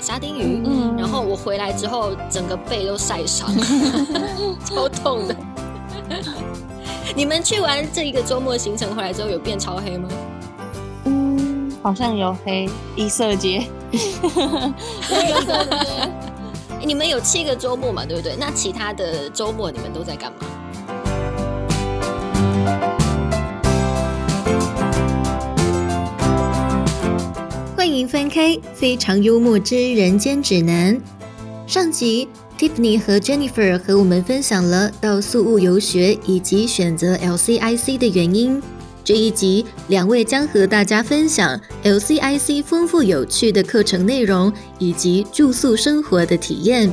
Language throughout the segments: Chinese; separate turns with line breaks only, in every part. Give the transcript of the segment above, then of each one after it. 沙丁鱼，
嗯
然后我回来之后整个背都晒 伤，超痛的。你们去完这一个周末行程回来之后有变超黑吗？
嗯，好像有黑一色街，
诶你们有七个周末嘛，对不对？那其他的周末你们都在干嘛？
欢迎翻开《非常幽默之人间指南》。上集，Tiffany 和 Jennifer 和我们分享了到宿务游学以及选择 LCIC 的原因。这一集，两位将和大家分享 LCIC 丰富有趣的课程内容以及住宿生活的体验。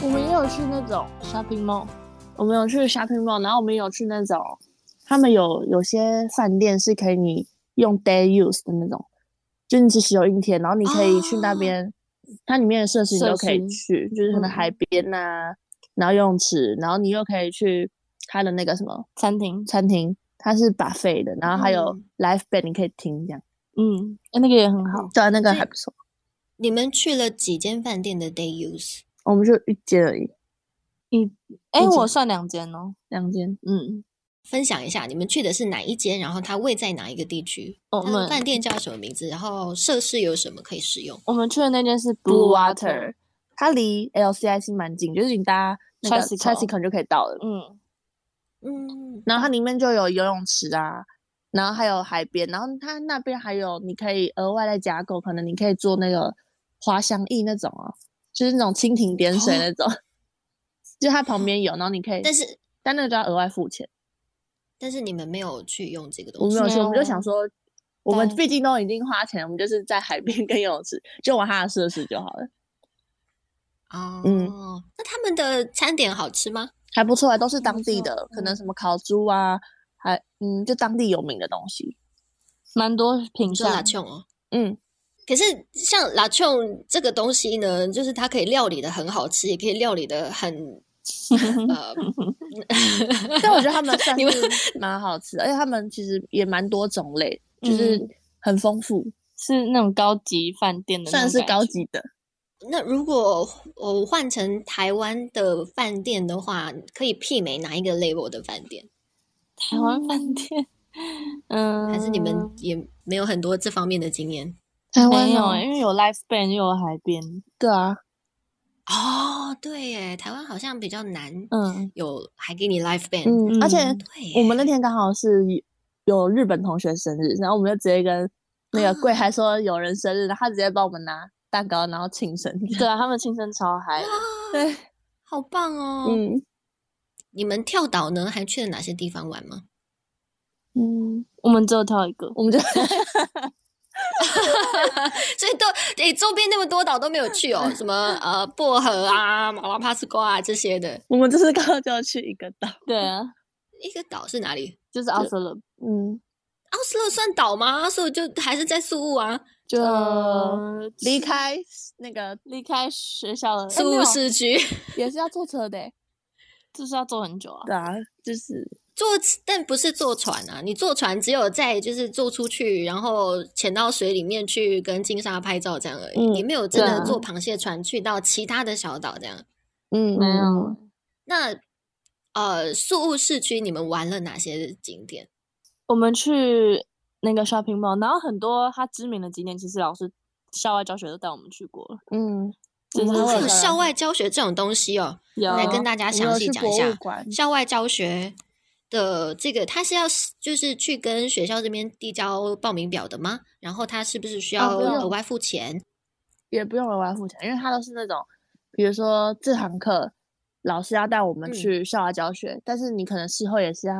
我们也有去那种 shopping mall，我们有去 shopping mall，然后我们也有去那种，他们有有些饭店是可以你用 day use 的那种，就你只使用一天，然后你可以去那
哦
边，它里面的设施你
啊设
都可以去，
施
就是可能
嗯
海边呐、然后游泳池，然后你又可以去它的那个什么
餐厅，
餐厅，它是 buffet 的，然后还有 live band 你可以听这样，
嗯，诶那个也很好，
对啊，那个还不错，
你们去了几间饭店的 day use？
我们就一间而已，
诶，
并且
我算两间哦，
两间，
嗯，
分享一下，你们去的是哪一间？然后它位在哪一个地区？
我
它的
们
饭店叫什么名字？然后设施有什么可以使用？
我们去的那间是
Blue Water，它离 LCIC 蛮近，就是你搭那个
Tricycle
tricycle 就可以到了。
嗯，
嗯，
然后它里面就有游泳池啊，然后还有海边，然后它那边还有你可以额外再加购，可能你可以做那个滑翔翼那种啊，就是那种蜻蜓点水
哦
那种， 就它旁边有，然后你可以，
但是
但那个就要额外付钱。
但是你们没有去用这个
我哦
东
没
西
有去，
没
我们就想
有
说，我们
对
毕竟都已经花钱，我们就是在海边跟游泳池，就玩它的设施就好了，
哦。
嗯
那他们的餐点好吃吗？
还不错啊，都是当
不
地
错
的，可能
嗯
什么烤猪啊，还嗯，就当地有名的东西，
蛮多品
你说拉
相，
琼哦。
嗯，
可是像拉琼这个东西呢，就是它可以料理的很好吃，也可以料理的 很呃，
但我觉得他们 算
你们
是蛮好吃的，而且他们其实也蛮多种类，就是
嗯
很丰富，
是那种高级饭店的那
算
种感觉，
是高级的。
那如果我换成台湾的饭店的话，可以媲美哪一个 level 的饭店？
台湾饭店，嗯，
还是你们也没有很多这方面的经验？
台
没有
哦
欸诶，因为有 live band 又有海边，
对啊，
哦，对耶，台湾好像比较难
嗯，
有还给你 live band。
嗯，而且
嗯
对耶，
我们那天刚好是有日本同学生日，然后我们就直接跟那个柜
啊
台说有人生日，然后他直接帮我们拿蛋糕，然后庆生。
对啊，他们庆生超嗨的，
对，
好棒哦！
嗯
你们跳岛呢，还去了哪些地方玩吗？
嗯，
我们只有挑一个，
我们 就
所以都诶、周边那么多岛都没有去 哦，什么呃薄荷啊、马拉帕斯瓜啊这些的。
我们就是刚好就要去一个岛，
对啊，
一个岛是哪里？
就是奥斯勒，
嗯，
奥斯陆算岛吗？所以我就还是在宿务啊，
就
呃，
离开那个
离开学校
哦
了，
宿
没
务
有
市区。
也是要坐车的欸，
就是要坐很久啊，
对啊，就是
坐，但不是坐船啊！你坐船只有在就是坐出去，然后潜到水里面去跟金沙拍照这样而已，
嗯
你没有真
对
的
啊
坐螃蟹船去到其他的小岛这样。
嗯
没
嗯嗯
有，
那呃，宿务市区你们玩了哪些景点？
我们去那个 shopping mall，然后很多它知名的景点，其实老师校外教学都带我们去过了。
嗯，
就
我们
是
还
还
有
有
个
校外教学这种东西哦，
有
来跟大家
啊我
详
们
细
有去
讲一
博物
下。
馆
校外教学的这个，它是要就是去跟学校这边递交报名表的吗？然后它是不是需
啊
要
不用
额外付钱？
也不用额外付钱，因为它都是那种，比如说这堂课老师要带我们
嗯
去校外教学，但是你可能事后也是要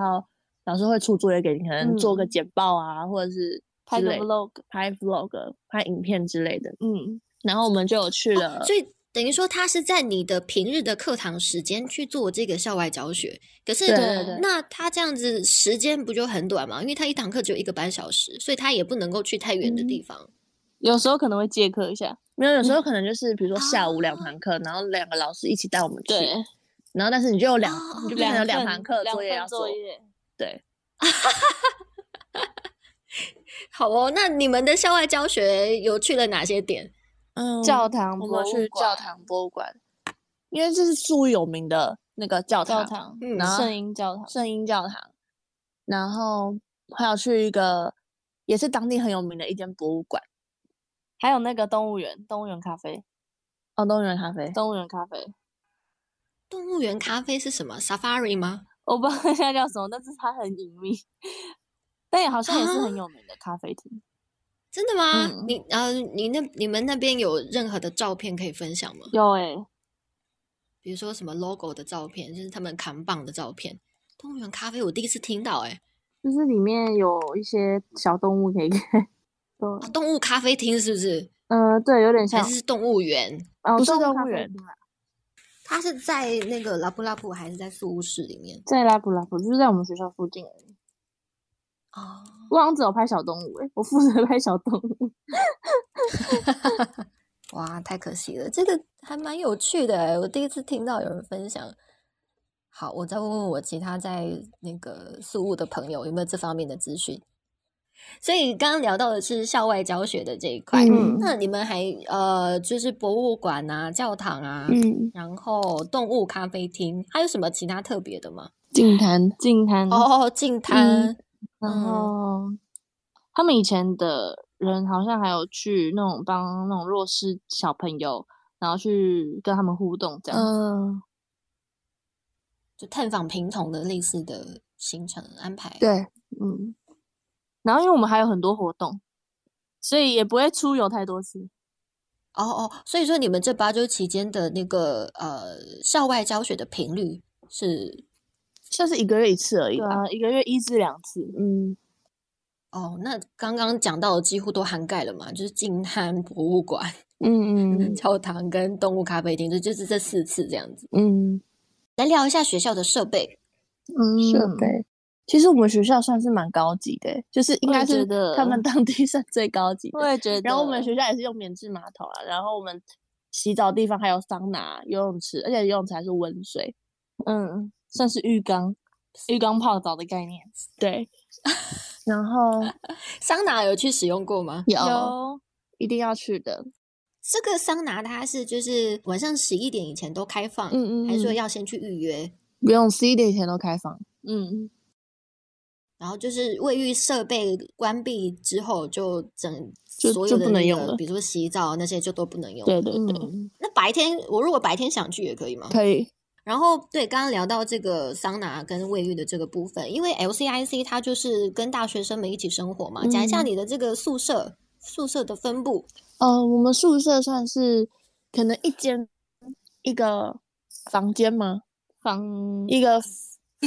老师会出作业给你，可能做个
嗯
简报啊，或者是
拍
之
个
类
vlog，
拍 vlog、拍影片之类的。
嗯，哦
然后我们就有去了，
所以等于说，他是在你的平日的课堂时间去做这个校外教学。可是，
对对对
那他这样子
嗯
时间不就很短吗？因为他一堂课只有一个半小时，所以他也不能够去太远的地方。
有时候可能会借课一下。
没有，有
嗯
时候可能就是比如说下午两堂课，然后两个老师一起带我们去，
啊对，
然后但是你就有两，
哦
你就变
两
成有两
份
堂课
两
作业
份
要做嗯
作，业
对，
好哦，那你们的校外教学有去了哪些点？
嗯
教堂
我
博
们
物
去教
馆
堂博物馆，因为这是素有名的那个教
教
堂，
堂、
嗯
然后
圣婴教堂，
圣婴教堂，然后还有去一个也是当地很有名的一间博物馆，
还有那个动物园，动物园咖啡，
哦，动物园咖啡，
动物园咖啡，
动物园咖啡是什么？Safari 吗？
我不知道现 在叫什么，但是它很隐秘，但也好像也是很有名的咖啡
啊
厅。
真的吗？
嗯
你呃，你那你们那边有任何的照片可以分享吗？
有哎、
比如说什么 logo 的照片，就是他们扛棒的照片。动物园咖啡我第一次听到、欸，哎、
就是里面有一些小动物可以 看。对，
哦动物咖啡厅是不是？
呃，对，有点像
还，是动物园？
哦，
不是
动
动
物咖
物
啡
园
厅啦
它是在那个拉布拉布还是在宿务市里面？
在拉普拉普，就是在我们学校附近啊而已。
哦，
我好像只有拍小动物、欸，我负责拍小动 物。
哇，太可惜了，这个还蛮有趣的欸，我第一次听到有人分享。好，我再问问我其他在那个宿务的朋友有没有这方面的资讯。所以刚刚聊到的是校外教学的这一块，
嗯
那你们还呃，就是博物馆啊、教堂啊，
嗯，
然后动物咖啡厅，还有什么其他特别的吗？
净滩，
近
嗯
滩，
哦，净滩，
然
嗯
后他们以前的人好像还有去那种帮那种弱势小朋友，然后去跟他们互动这样子。
嗯，
就探访贫童的类似的行程安排。
对，
嗯，然后因为我们还有很多活动，所以也不会出游太多次。
哦哦，所以说你们这八周期间的那个呃校外教学的频率是
算是一个月一次而已
对
吧，
啊，一个月一至两次。
嗯，
哦，那刚刚讲到的几乎都涵盖了嘛，就是近滩博物馆、
嗯嗯
教堂跟动物咖啡厅，这就是这四次这样子。
嗯，
来聊一下学校的设备，
嗯
设备。其实我们学校算是蛮高级的欸，就是应
我也
该
觉
是
得
他们当地 算最高级的
我。也觉得。
然后我们学校也是用免治马桶啊，然后我们洗澡地方还有桑拿、游泳池，而且游泳池还是温水。
嗯，算是浴缸，浴缸泡澡的概念。
对，然后
桑拿有去使用过吗？
有一定要去的。
这个桑拿它是就是晚上十一点以前都开放，
嗯嗯
还是说
嗯
要先去预约？
游泳池一点以前都开放。
嗯，
然后就是卫浴设备关闭之后，就整
就
所
就
有的
不能
那
用
个
了
比如说洗澡那些就都不能用。
对对对，
嗯
那白天我如果白天想去也可以吗？
可以。
然后对，刚刚聊到这个桑拿跟卫浴的这个部分，因为 LCIC 它就是跟大学生们一起生活嘛，讲一
嗯
下你的这个宿舍宿舍的分布。
呃，我们宿舍算是可能一间一个房间吗？
房
一个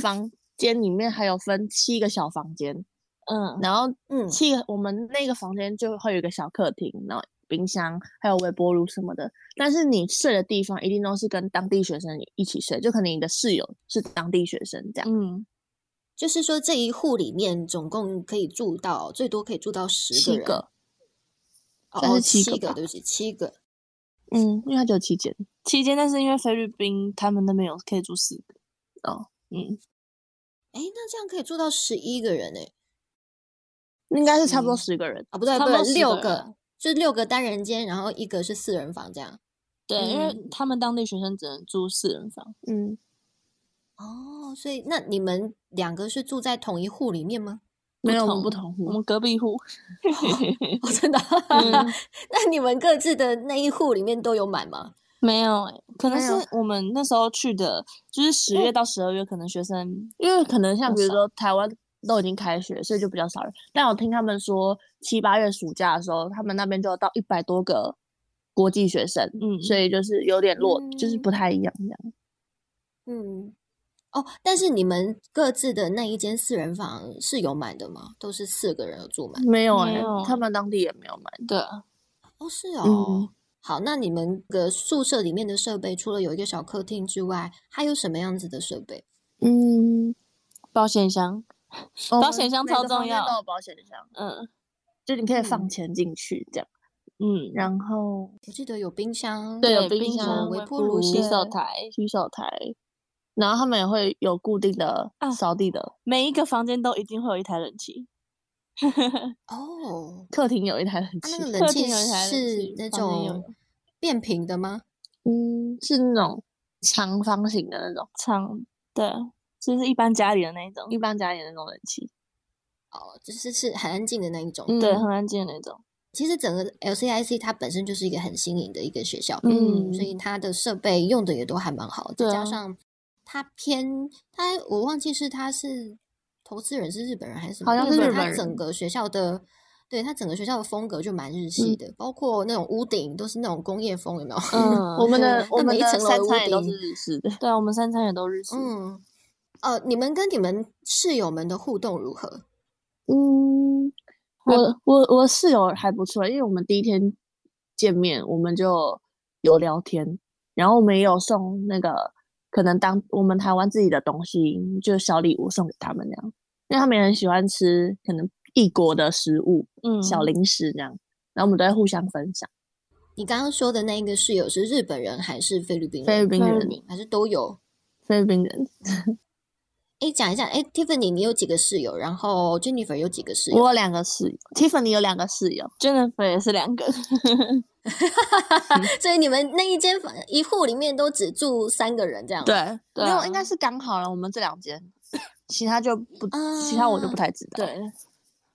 房间里面还有分七个小房间，
嗯
然后
嗯
七个我们那个房间就会有一个小客厅，然后冰箱还有微波炉什么的。但是你睡的地方一定都是跟当地学生一起睡，就可能你的室友是当地学生这样。
嗯，
就是说这一户里面总共可以住到最多可以住到十
七
人，
个，
哦
算是
哦
七个
个，
吧
对不起，七个。
嗯，因为它只有七间。
期间但是因为菲律宾他们那边有可以住四个，
哦，
嗯，
哎，那这样可以住到十一个人哎，
应该是差不
嗯
多
十
十个人。
啊不对
差
不
不多
对，
10
六
个
个
人，
就六个单人间，然后一个是四人房这样。
对，因
嗯
为他们当地学生只能住四人房，
嗯，
哦，所以那你们两个是住在同一户里面吗？
没有，我们不同
我
户。
们隔壁户，
哦， 真的？
嗯
那你们各自的那一户里面都有买吗？
没有哎，可能
没有
是我们那时候去的，就是十月到十二月，可能学生
因为可能像
很
比如
少
说台湾都已经开学，所以就比较少人。但我听他们说，七八月暑假的时候，他们那边就要到一百多个国际学生，
嗯
所以就是有点落，就是
嗯
不太一样这样。
嗯，哦，但是你们各自的那一间四人房是有买的吗？都是四个人有住满？
没有
没
哎、
有
他们当地也没有买。
对啊，
哦，是
嗯
哦。好，那你们的宿舍里面的设备，除了有一个小客厅之外，还有什么样子的设备？
嗯，
保险箱，
我
保
们
险箱
每
超
个
重
房间
要
都有保险箱，
嗯，
就你可以
嗯
放钱进去这样。
嗯，
然后
我记得有冰箱，
对有
对，
冰
箱、
箱、
微
微
波炉、
洗手
对
台，
洗手台，然后他们也会有固定的
啊
扫地的，
每一个房间都一定会有一台冷气。
哦，
客厅有一台冷
它
气，
那个
客
冷气
厅有一台冷
是
气
那
房间有
种变频的吗？
嗯，是那种长方形的那种，
长对，就是一般家里的那一种，
一般家里的那种冷气。
哦，就是是很安静的那一种。
对，
嗯
很安静的那种。
其实整个 LCIC 它本身就是一个很新颖的一个学校，
嗯
所以它的设备用的也都还蛮好，再
对
加
啊
上它偏它我忘记是它是投资人是日本人还是什么，
好像
因
是
为
日
它
本
整
人
个学校的。对它整个学校的风格就蛮日
嗯
系的，包括那种屋顶都是那种工业风，有没有？
嗯，
我们
对
的我
那
们
每一
的
层楼
三
的屋
餐也都是
顶
日式的，
对啊，我们三餐也都日 式。
嗯，呃，你们跟你们室友们的互动如何？
嗯，
还
我我我室友还不错，因为我们第一天见面，我们就有聊天，然后我们也有送那个可能当我们台湾自己的东西，就小礼物送给他们这样，因为他们也很喜欢吃可能异国的食物、
嗯，
小零食这样，然后我们都会互相分享。
你刚刚说的那个室友是日本人还是菲律宾人？
菲律宾
菲律
人，
宾
还是都有？
菲律宾人，
哎，讲一下，哎，Tiffany，你有几个室友？然后 Jennifer 有几个室友？
我有两个室友，Tiffany 有两个室友，
Jennifer 也是两个，
所以你们那一间房一户里面都只住三个人这样？，
对，
对
没有，
啊
应该是刚好了，我们这两间，其他就不，其他我就
啊
不太知道。
对，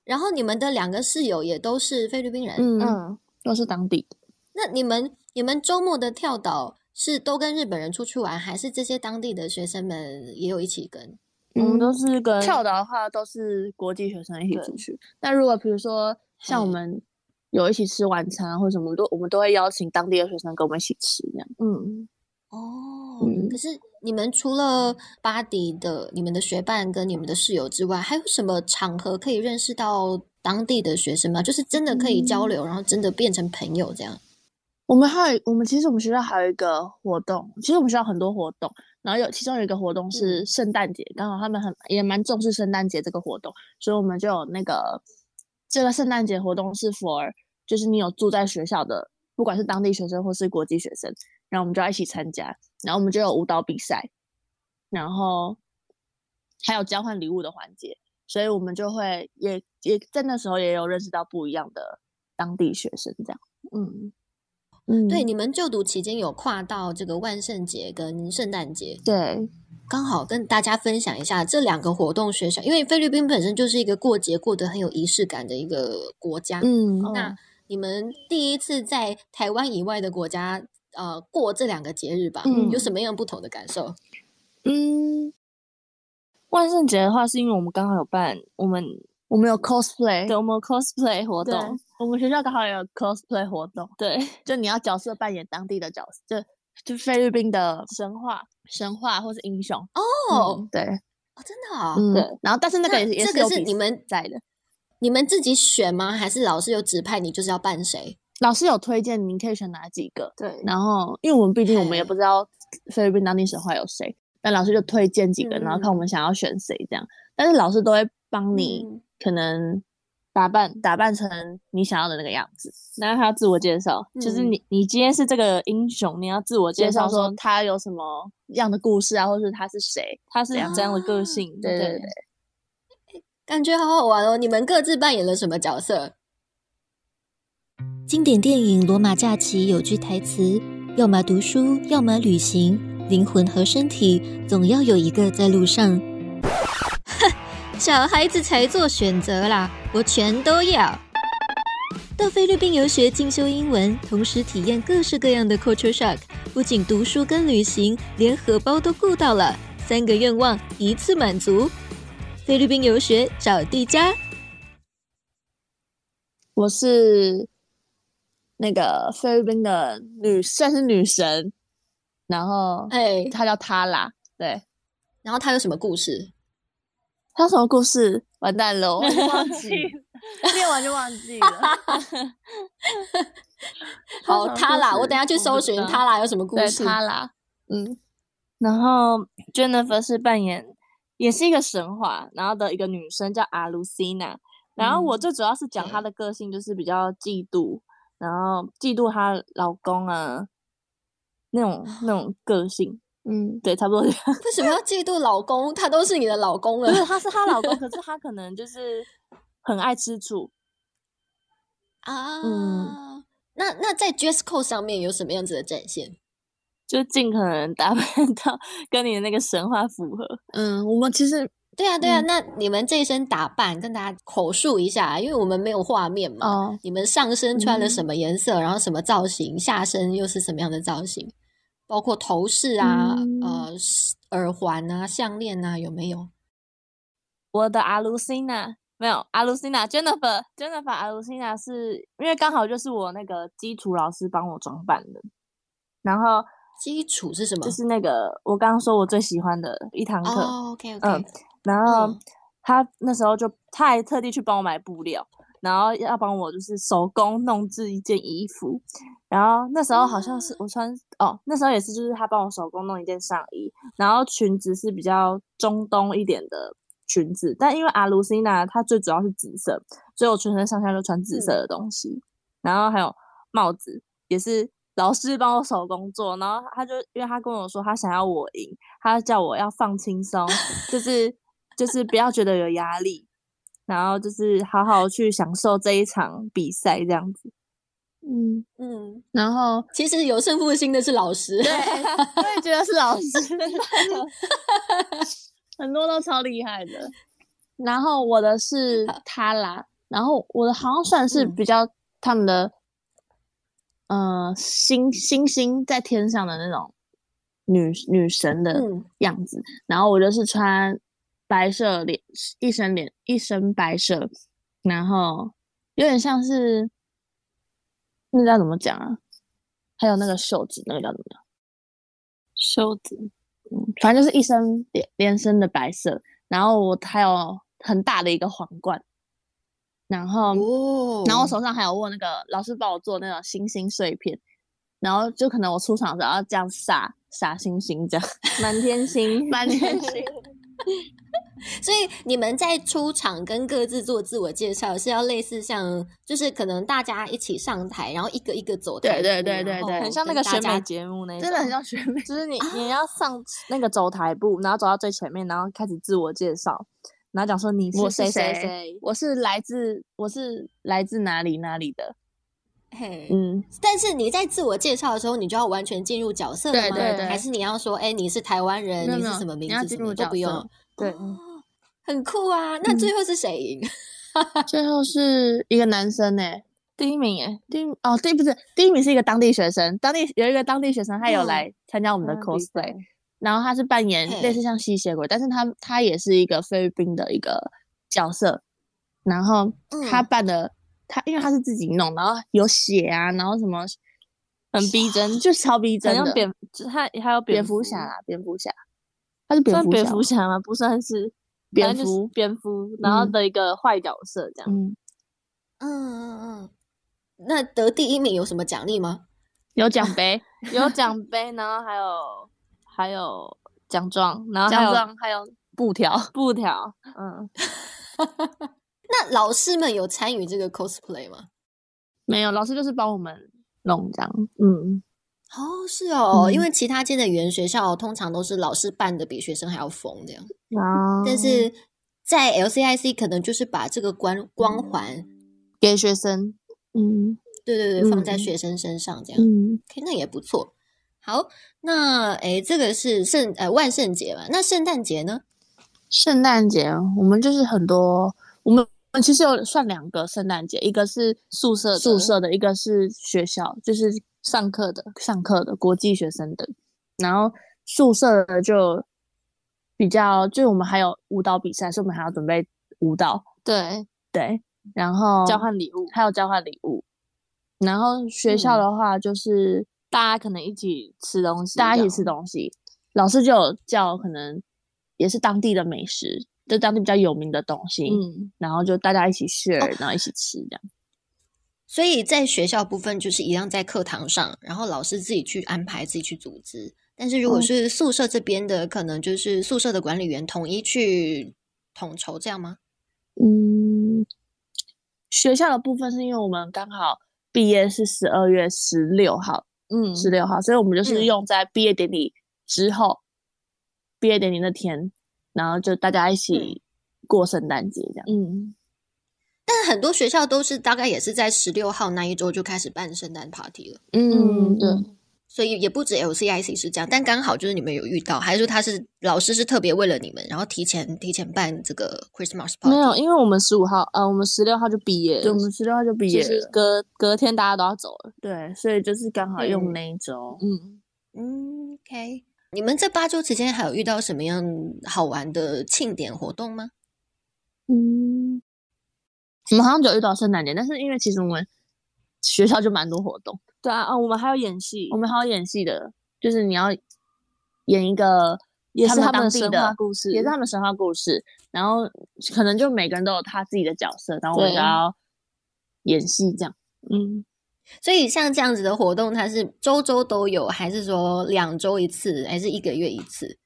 然后你们的两个室友也都是菲律宾人。
嗯，
嗯，
都是当地的。
那你们你们周末的跳岛是都跟日本人出去玩，还是这些当地的学生们也有一起跟？
我
嗯
们都是跟
跳岛的话都是国际学生一起
对嗯
出去，但如果比如说像我
嘿
们有一起吃晚餐啊或什么，我们都我们都会邀请当地的学生跟我们一起吃这样。
嗯，
哦，
嗯
可是你们除了巴迪的你们的学伴跟你们的室友之外，还有什么场合可以认识到当地的学生吗？就是真的可以
嗯
交流，然后真的变成朋友这样？
我们还有我们其实我们学校还有一个活动，其实我们学校很多活动，然后有其中有一个活动是
嗯
圣诞节，刚好他们很也蛮重视圣诞节这个活动，所以我们就有那个这个圣诞节活动是 for 就是你有住在学校的，不管是当地学生或是国际学生，然后我们就要一起参加，然后我们就有舞蹈比赛，然后还有交换礼物的环节，所以我们就会也也在那时候也有认识到不一样的当地学生这样，嗯。嗯，
对，你们就读期间有跨到这个万圣节跟圣诞节，
对，
刚好跟大家分享一下这两个活动学校，因为菲律宾本身就是一个过节过得很有仪式感的一个国家。
嗯
那
嗯
你们第一次在台湾以外的国家，呃，过这两个节日吧，
嗯
有什么样不同的感受？
嗯，
万圣节的话是因为我们刚好有办我们
我们有 cosplay，
对我们有 cosplay 活
对
动，，
我们学校刚好有 cosplay 活动，
对，
就你要角色扮演当地的角色，就就菲律宾的
神话，
神话或是英雄。
哦，
嗯对，
哦真的啊、
嗯
对，
然后但是那个也是也
这
是
个
有
是
比
你们
赛的，
你们自己选吗？还是老师有指派你就是要扮谁？
老师有推荐你可以选哪几个，
对，
然后因为我们毕竟我们也
嘿
不知道菲律宾当地神话有谁，但老师就推荐几个，然后看我
嗯
们想要选谁这样，但是老师都会帮你
嗯
可能打扮打扮成你想要的那个样子。
然后还要自我介绍，就是
嗯
你你今天是这个英雄，你要自我
介
介
绍
绍
说
说
他有什么样的故事啊，或是他是谁。
他是
这样
这样的
啊
个性，
对对对，
感觉好好玩哦！你们各自扮演了什么角色？
经典电影《罗马假期》有句台词：“要么读书，要么旅行，灵魂和身体总要有一个在路上。” 小孩子才做选择啦，我全都要。到菲律宾游学进修英文，同时体验各式各样的 culture shock，不仅读书跟旅行，连荷包都顾到了，三个愿望一次满足。菲律宾游学找地家。
我是那个菲律宾的女，算是女神，然后
哎，
她叫塔拉，对，
然后他有什么故事？
她有什么故事？完蛋 了，我完全 忘记了， 念完就忘记了。
好，他
她
啦，
啦，
我等下去
我不
搜
知
寻
道
他啦有什么故
对
事。
塔拉，嗯，
然后 Jennifer 是扮演也是一个神话，然后的一个女生叫阿卢西娜。然后我
嗯
最主要是讲她
嘿
的个性就是比较嫉妒，然后嫉妒她老公啊，那种那种个 性，
嗯，
对，差不多是这样。
为什么要嫉妒老公？他都是你的老公了
不，是，她是她老公，可是她可能就是很爱吃醋。
啊。
嗯
那那在 dress code 上面有什么样子的展现？
就尽可能打扮到跟你的那个神话符合，
嗯，我们其实
对啊，对啊。
嗯
那你们这一身打扮，跟大家口述一下，啊因为我们没有画面嘛。
哦，
你们上身穿了什么颜色，然后什么造型，下身又是什么样的造型，包括头饰啊、
嗯
呃、是耳环啊、项链啊，有没有？
我的阿卢西娜没有阿卢西娜 Jennifer Jennifer 阿卢西娜是因为刚好就是我那个基础老师帮我装扮的，然后
基础是什么？
就是那个我刚刚说我最喜欢的一堂课，
哦，OK OK，、
嗯然后
嗯
他那时候就他还特地去帮我买布料，然后要帮我就是手工弄制一件衣服，然后那时候好像是我穿哦，那时候也是就是他帮我手工弄一件上衣，然后裙子是比较中东一点的裙子，但因为阿卢西娜它最主要是紫色，所以我全身上下都穿紫色的东西，然后还有帽子也是。老师帮我手工做，然后他就因为他跟我说他想要我赢，他叫我要放轻松，就是就是不要觉得有压力，然后就是好好去享受这一场比赛这样子。
嗯，
嗯，
然后
其实有胜负心的是老师，
我也觉得是老师， 很多都超厉害的。然后我的是他啦，然后我的好像算是
嗯
比较他们的，呃，星星星在天上的那种女女神的
嗯
样子。然后我就是穿白色连一身连一身白色，然后有点像是那叫怎么讲啊？还有那个袖子，那个叫怎么讲？
袖子，
嗯，反正就是一身连连身的白色，然后我还有很大的一个皇冠，然后、
哦，
然后我手上还有握那个老师帮我做那种星星碎片，然后就可能我出场的时候要这样撒撒星星这样，
满 天星，
满天星。
所以你们在出场跟各自做自我介绍是要类似像，就是可能大家一起上台，然后一个一个走台
对
步，
对对对
然后
对
哦很像那
跟大
个选美
家
节目那一
真的很
种
像啊学妹。
就是你你要上那个走台步，然后走到最前面，然后开始自我介绍，然后讲说你
我是
谁谁
谁
谁，
我是来自我是来自哪里哪里的，
嘿，
嗯，
但是你在自我介绍的时候，你就要完全进入角色了
对
吗？
对对
还是你要说，哎、你是台湾人，
没有
你
没
是
有
什么名
你要
字，
进
什么
入
都
角
不用
色，
对，
很酷啊！那最后是谁赢？
最后是一个男生呢、
第一名哎，
第一哦，第不是第一名是一个当地学生，当地有一个当地学生，他有
嗯
来参加我们的
嗯比
cosplay，、
赛嗯
然后他是扮演类似像吸血鬼，但是他他也是一个菲律宾的一个角色，然后他
嗯
扮的、他因为他是自己弄，然后有血啊，然后什么
很逼真，
就超逼
很
真
像
的
蝙，就是他还有
蝙
蝠
蝠侠啊，蝙蝠侠，他是蝙
算
蝠
蝙
侠
蝠
吗，
侠吗？不算是，
蝙
反正就是
蝠
蝙蝠，然后
嗯
的一个坏角色这样。
嗯，
嗯嗯嗯。 那得第一名有什么奖励吗？
有奖杯，
有奖杯，然后还有还有奖状，然后还
奖
有
状还有布条，
布条，嗯，
那老师们有参与这个 cosplay 吗？
没有，老师就是帮我们弄这样，嗯，
哦，是哦，
嗯
因为其他间的语言学校通常都是老师办的比学生还要疯这样，
啊
但是在 LCIC 可能就是把这个光光环，
给学生，嗯
对对对，放在
嗯
学生身上这样。
嗯，
OK，那也不错。好，那诶，这个是圣呃万圣节嘛？那圣诞节呢？
圣诞节我们就是很多，我们我们其实有算两个圣诞节，一个是宿舍宿
的
舍的，一个是学校，就是上课的上课的国际学生的，然后宿舍的就比较，就是我们还有舞蹈比赛，所以我们还要准备舞蹈，
对
对，然后
交换礼物，
还有交换礼物。然后学
嗯
校的话，就是
大家可能一起吃东西，
大家一起吃，东西，老师就有叫可能也是当地的美食，就当地比较有名的东西，
嗯，
然后就大家一起 share，、然后一起吃这样。
所以在学校部分就是一样在课堂上，然后老师自己去安排、自己去组织。但是如果
嗯
是宿舍这边的，可能就是宿舍的管理员统一去统筹，这样吗？
嗯，学校的部分是因为我们刚好毕业是十二月十六号，
嗯，
十六号，所以我们就
嗯
是用在毕业典礼之后，毕业典礼那天，然后就大家一起过圣诞节这样。
嗯，
但很多学校都是大概也是在十六号那一周就开始办圣诞 party 了，
嗯，对，
所以也不止 LCIC 是这样，但刚好就是你们有遇到，还是说他是老师是特别为了你们，然后提前提前办这个 Christmas
没
party？
有，因为我们十五号，呃，我们十六号就毕业了，
对，我们十六号就毕
就
业
是
了，
隔隔天大家都要走了，
对，所以就是刚好
嗯
用那一周。
嗯，
嗯，OK。你们这八周期间还有遇到什么样好玩的庆典活动吗？
嗯，我们好像只有遇到圣诞节，但是因为其实我们学校就蛮多活动，
对啊，啊，我们还有演戏
我，们还有演戏的，就是你要演一个
也是
他
他们
当
的
地
神
的
话故事，
也是他们神话故事，然后可能就每个人都有他自己的角色，然后我们
对
就要演戏这样。
嗯，
所以像这样子的活动，它是周周都有，还是说两周一次，还是一个月一次？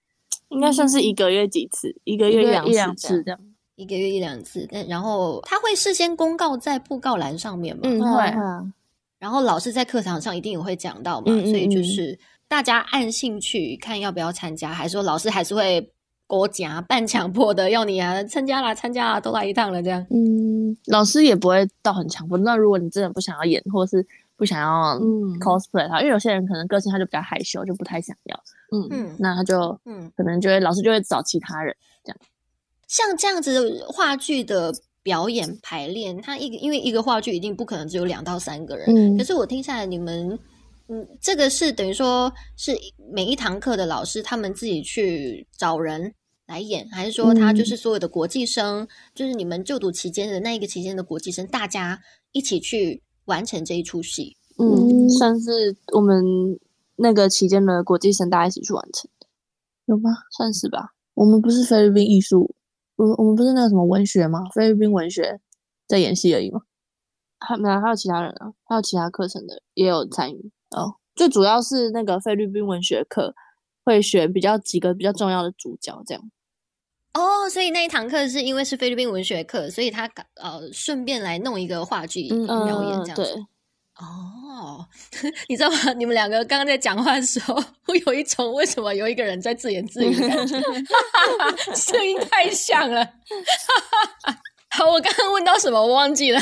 应该算是一个月几次，一个月
一
两
一两
这样
次这样。
一个月一两次？但然后他会事先公告在布告栏上面嘛？
嗯
会啊
会
会啊，
然后老师在课堂上一定也会讲到嘛，
嗯嗯
所以就
嗯
是大家按兴趣看要不要参加，还是说老师还是会国夹半强迫的要你啊参加啦，参加啦，都来一趟了这样。
嗯，老师也不会到很强迫。那如果你真的不想要演，或是不想要
嗯
cosplay 他，因为有些人可能个性他就比较害羞，就不太想要，
嗯，
嗯
那他就
嗯，
可能就会老师就会找其他人。
像这样子话剧的表演排练，它一个因为一个话剧一定不可能只有两到三个人，
嗯
可是我听下来你们。嗯，这个是等于说是每一堂课的老师他们自己去找人来演，还是说他就
嗯
是所有的国际生，就是你们就读期间的那一个期间的国际生，大家一起去完成这一出戏？
嗯，
嗯
算是我们那个期间的国际生大家一起去完成，
有吗？
算是吧。
我们不是菲律宾艺术，我们我们不是那个什么文学吗？菲律宾文学在演戏而已嘛。
还没有还有其他人啊，还有其他课程的也有参与哦。最主要是那个菲律宾文学课会选比较几个比较重要的主角，这样。
哦，所以那一堂课是因为是菲律宾文学课，所以他呃顺便来弄一个话剧
嗯
表演这样子。
嗯对，
哦， 你知道吗？你们两个刚刚在讲话的时候，我有一种为什么有一个人在自言自语的感觉， 声音太像了。 好，我刚刚问到什么，我忘记了。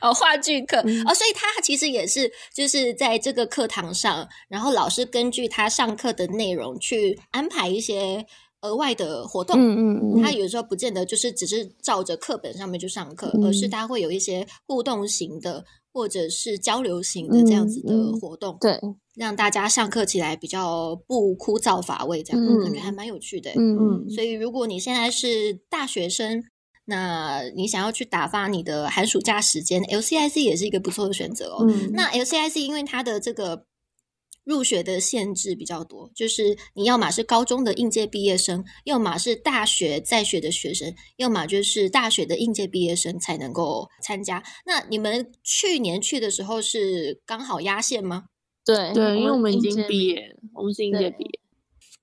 哦，话剧课、哦，所以他其实也是就是在这个课堂上，然后老师根据他上课的内容去安排一些额外的活动。
嗯
他有时候不见得就是只是照着课本上面去上课，而
嗯
是他会有一些互动型的或者是交流型的这样子的
嗯嗯
活动，
对，
让大家上课起来比较不枯燥乏味，这样、
嗯
感觉还蛮有趣的欸。
嗯
所以如果你现在是大学生，那你想要去打发你的寒暑假时间，LCIC 也是一个不错的选择哦。
嗯
那 LCIC 因为它的这个入学的限制比较多，就是你要么是高中的应届毕业生，要么是大学在学的学生，要么就是大学的应届毕业生才能够参加。那你们去年去的时候是刚好压线吗？
对
对，因为我们已
应
经
届
毕业了，我们是应届毕业。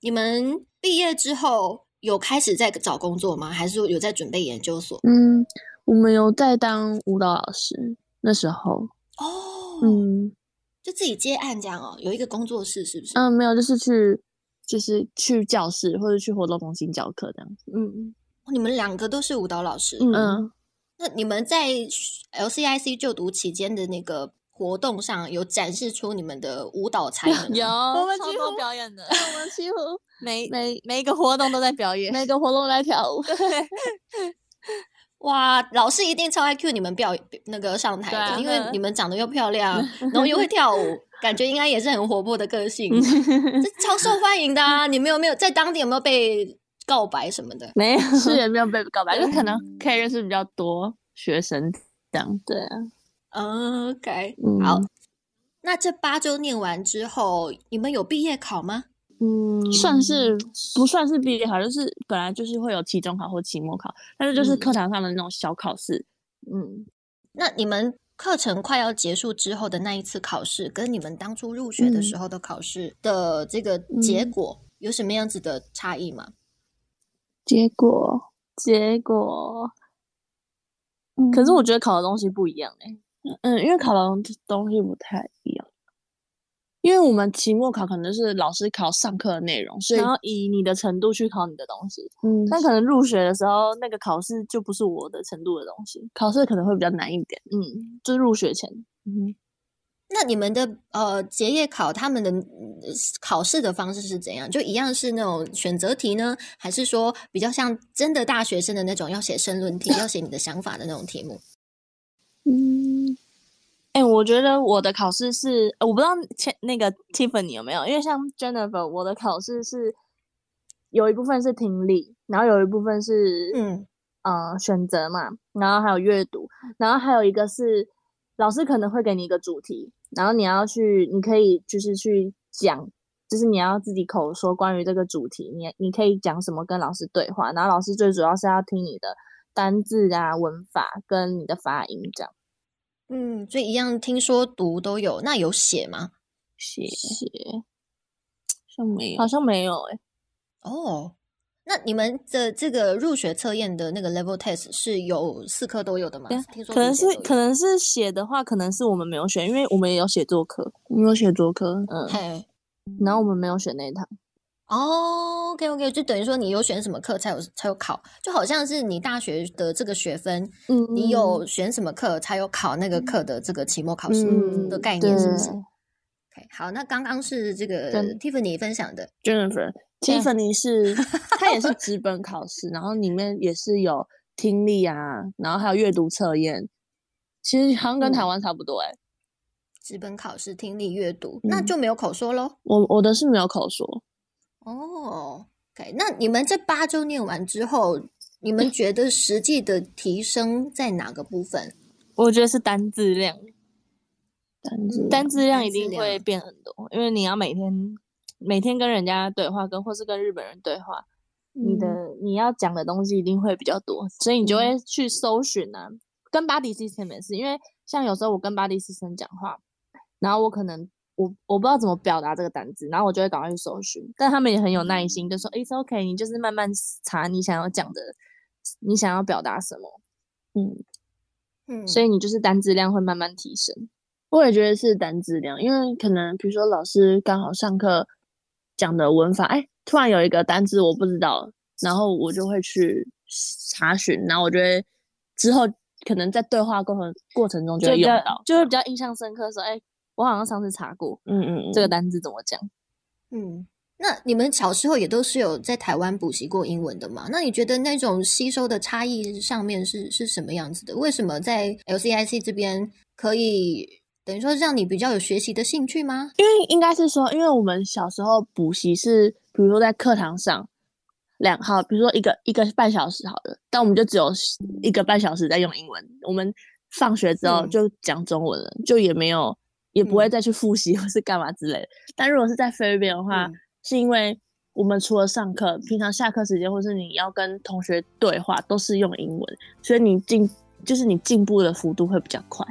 你们毕业之后有开始在找工作吗？还是说有在准备研究所？
嗯，我们有在当舞蹈老师，那时候，
哦，，
嗯
就自己接案这样哦，有一个工作室是不是？
嗯，没有，就是去就是去教室或者去活动中心教课这样子。
嗯
哦你们两个都是舞蹈老师，
嗯
嗯，
那你们在 LCIC 就读期间的那个活动上，有展示出你们的舞蹈才能吗？
有我
们
超
几
多
乎
表演 的，
我们几乎
每
每
每一个活动都在表演。
每个活动来跳 舞。
哇，老师一定超爱 cue 你们表那个上台的，
对啊
因为你们长得又漂 亮，然后又会跳舞，感觉应该也是很活泼的个性， 这超受欢迎的啊！你们有没有在当地有没有被告白什么的？
没有，
是也没有被告白，就可能可以认识比较多学生这样。
对啊，
嗯，OK，
嗯
好。那这八周念完之后，你们有毕业考吗？
嗯，
算是不算是毕业考，就是本来就是会有期中考或期末考，但是就是课堂上的那种小考试。
嗯，
那你们课程快要结束之后的那一次考试，跟你们当初入学的时候的考试的这个结果有什么样子的差异吗？
结果，欸
结果可是我觉得考的东西不一样哎、嗯，因为考的东西不太一样，因为我们期末考可能是老师考上课的内容，所以
然后以你的程度去考你的东西。
嗯，
但可能入学的时候，那个考试就不是我的程度的东西。
考试可能会比较难一点。
嗯，就是入学前，嗯，
那你们的呃结业考他们的呃考试的方式是怎样？就一样是那种选择题呢，还是说比较像真的大学生的那种要写申论题，要写你的想法的那种题目？
嗯，哎、我觉得我的考试是，呃我不知道前那个 Tiffany 有没有，因为像 Jennifer，我的考试是有一部分是听力，然后有一部分是
嗯，
呃选择嘛，然后还有阅读，然后还有一个是老师可能会给你一个主题，然后你要去，你可以就是去讲，就是你要自己口说关于这个主题，你你可以讲什么跟老师对话，然后老师最主要是要听你的单字啊、文法跟你的发音这样
嗯，所以一样听说读都有，那有写吗？
写
写，
像没有
好，像没有哎、
哦，那你们的这个入学测验的那个 level test 是有四科都有的吗
等？
听说
啊可
读
能
写
是
都有
可能是写的话，可能是我们没有选，因为我们也有写作课，
我没有写作科，
嗯，
嘿。
然后我们没有选那一堂，
哦、o k OK，就等于说你有选什么课才有才有考，就好像是你大学的这个学分，
嗯，
你有选什么课才有考那个课的这个期末考试
嗯
的概念，是不是
对
？OK，好，那刚刚是这个
真
Tiffany 分享的，
Jennifer Tiffany 是它也是纸本考试，然后里面也是有听力啊，然后还有阅读测验，其实好像跟台
嗯
湾差不多哎、欸。
纸本考试、听力、阅读，那
嗯
就没有口说喽。
我我的是没有口说，
哦、o k 那你们这八周念完之后，你们觉得实际的提升在哪个部分？
我觉得是单字量，
单字
单字量
单
一
字
定
量
会变很多，因为你要每天每天跟人家对话，跟或是跟日本人对话，你的
嗯
你要讲的东西一定会比较多，所以你就会去搜寻啊。跟 body system 也是，因为像有时候我跟 body system 讲话，然后我可能我我不知道怎么表达这个单字，然后我就会赶快去搜寻，但他们也很有耐心，就说
嗯
It's OK，你就是慢慢查你想要讲的，你想要表达什么，
嗯，
所以你就是单字量会慢慢提升。
我也觉得是单字量，因为可能比如说老师刚好上课讲的文法，哎，突然有一个单字我不知道，然后我就会去查询，然后我就会之后可能在对话过程过程中就
就
会
比
用
较
到，
就会嗯比较印象深刻。说，哎、我好像上次查过
嗯嗯，
这
这
个
个
单字怎么讲。
嗯，那你们小时候也都是有在台湾补习过英文的嘛？那你觉得那种吸收的差异上面是是什么样子的？为什么在 LCIC 这边可以等于说让你比较有学习的兴趣吗？
因为应该是说，因为我们小时候补习是，比如说在课堂上两好，比如说一个一个半小时好了，但我们就只有一个半小时在用英文。我们放学之后
嗯
就讲中文了，就也没有也不会
嗯
再去复习或是干嘛之类的。但如果是在菲律宾的话，
嗯
是因为我们除了上课，平常下课时间或是你要跟同学对话都是用英文，所以你进就是你进步的幅度会比较快。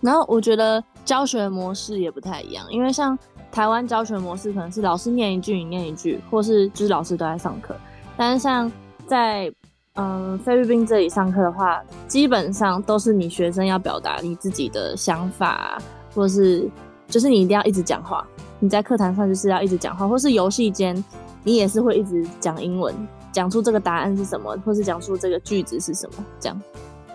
然后我觉得教学模式也不太一样，因为像台湾教学模式可能是老师念一句，你念一句，或是就是老师都在上课。但是像在嗯菲律宾这里上课的话，基本上都是你学生要表达你自己的想法啊，或是就是你一定要一直讲话。你在课堂上就是要一直讲话，或是游戏间你也是会一直讲英文，讲出这个答案是什么，或是讲出这个句子是什么，这样。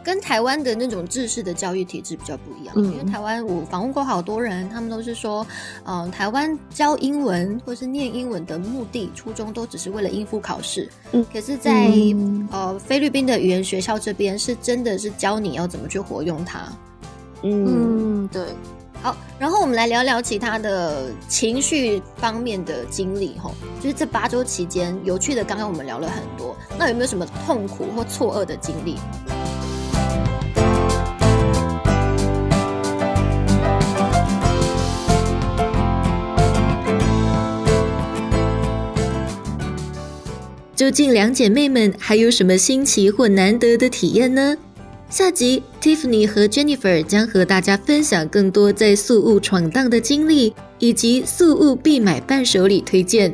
跟台湾的那种制式的教育体制比较不一样，因为
嗯
台湾我访问过好多人，他们都是说，嗯、台湾教英文或是念英文的目的初衷都只是为了应付考试，
嗯
可是在，
嗯
呃菲律宾的语言学校这边是真的是教你要怎么去活用它。
嗯
嗯，对。
好，然后我们来聊聊其他的情绪方面的经历吼，就是这八周期间有趣的，刚刚我们聊了很多，那有没有什么痛苦或错愕的经历？
究竟两姐妹们还有什么新奇或难得的体验呢？下集 Tiffany 和 Jennifer 将和大家分享更多在宿务闯荡的经历，以及宿务必买伴手礼推荐。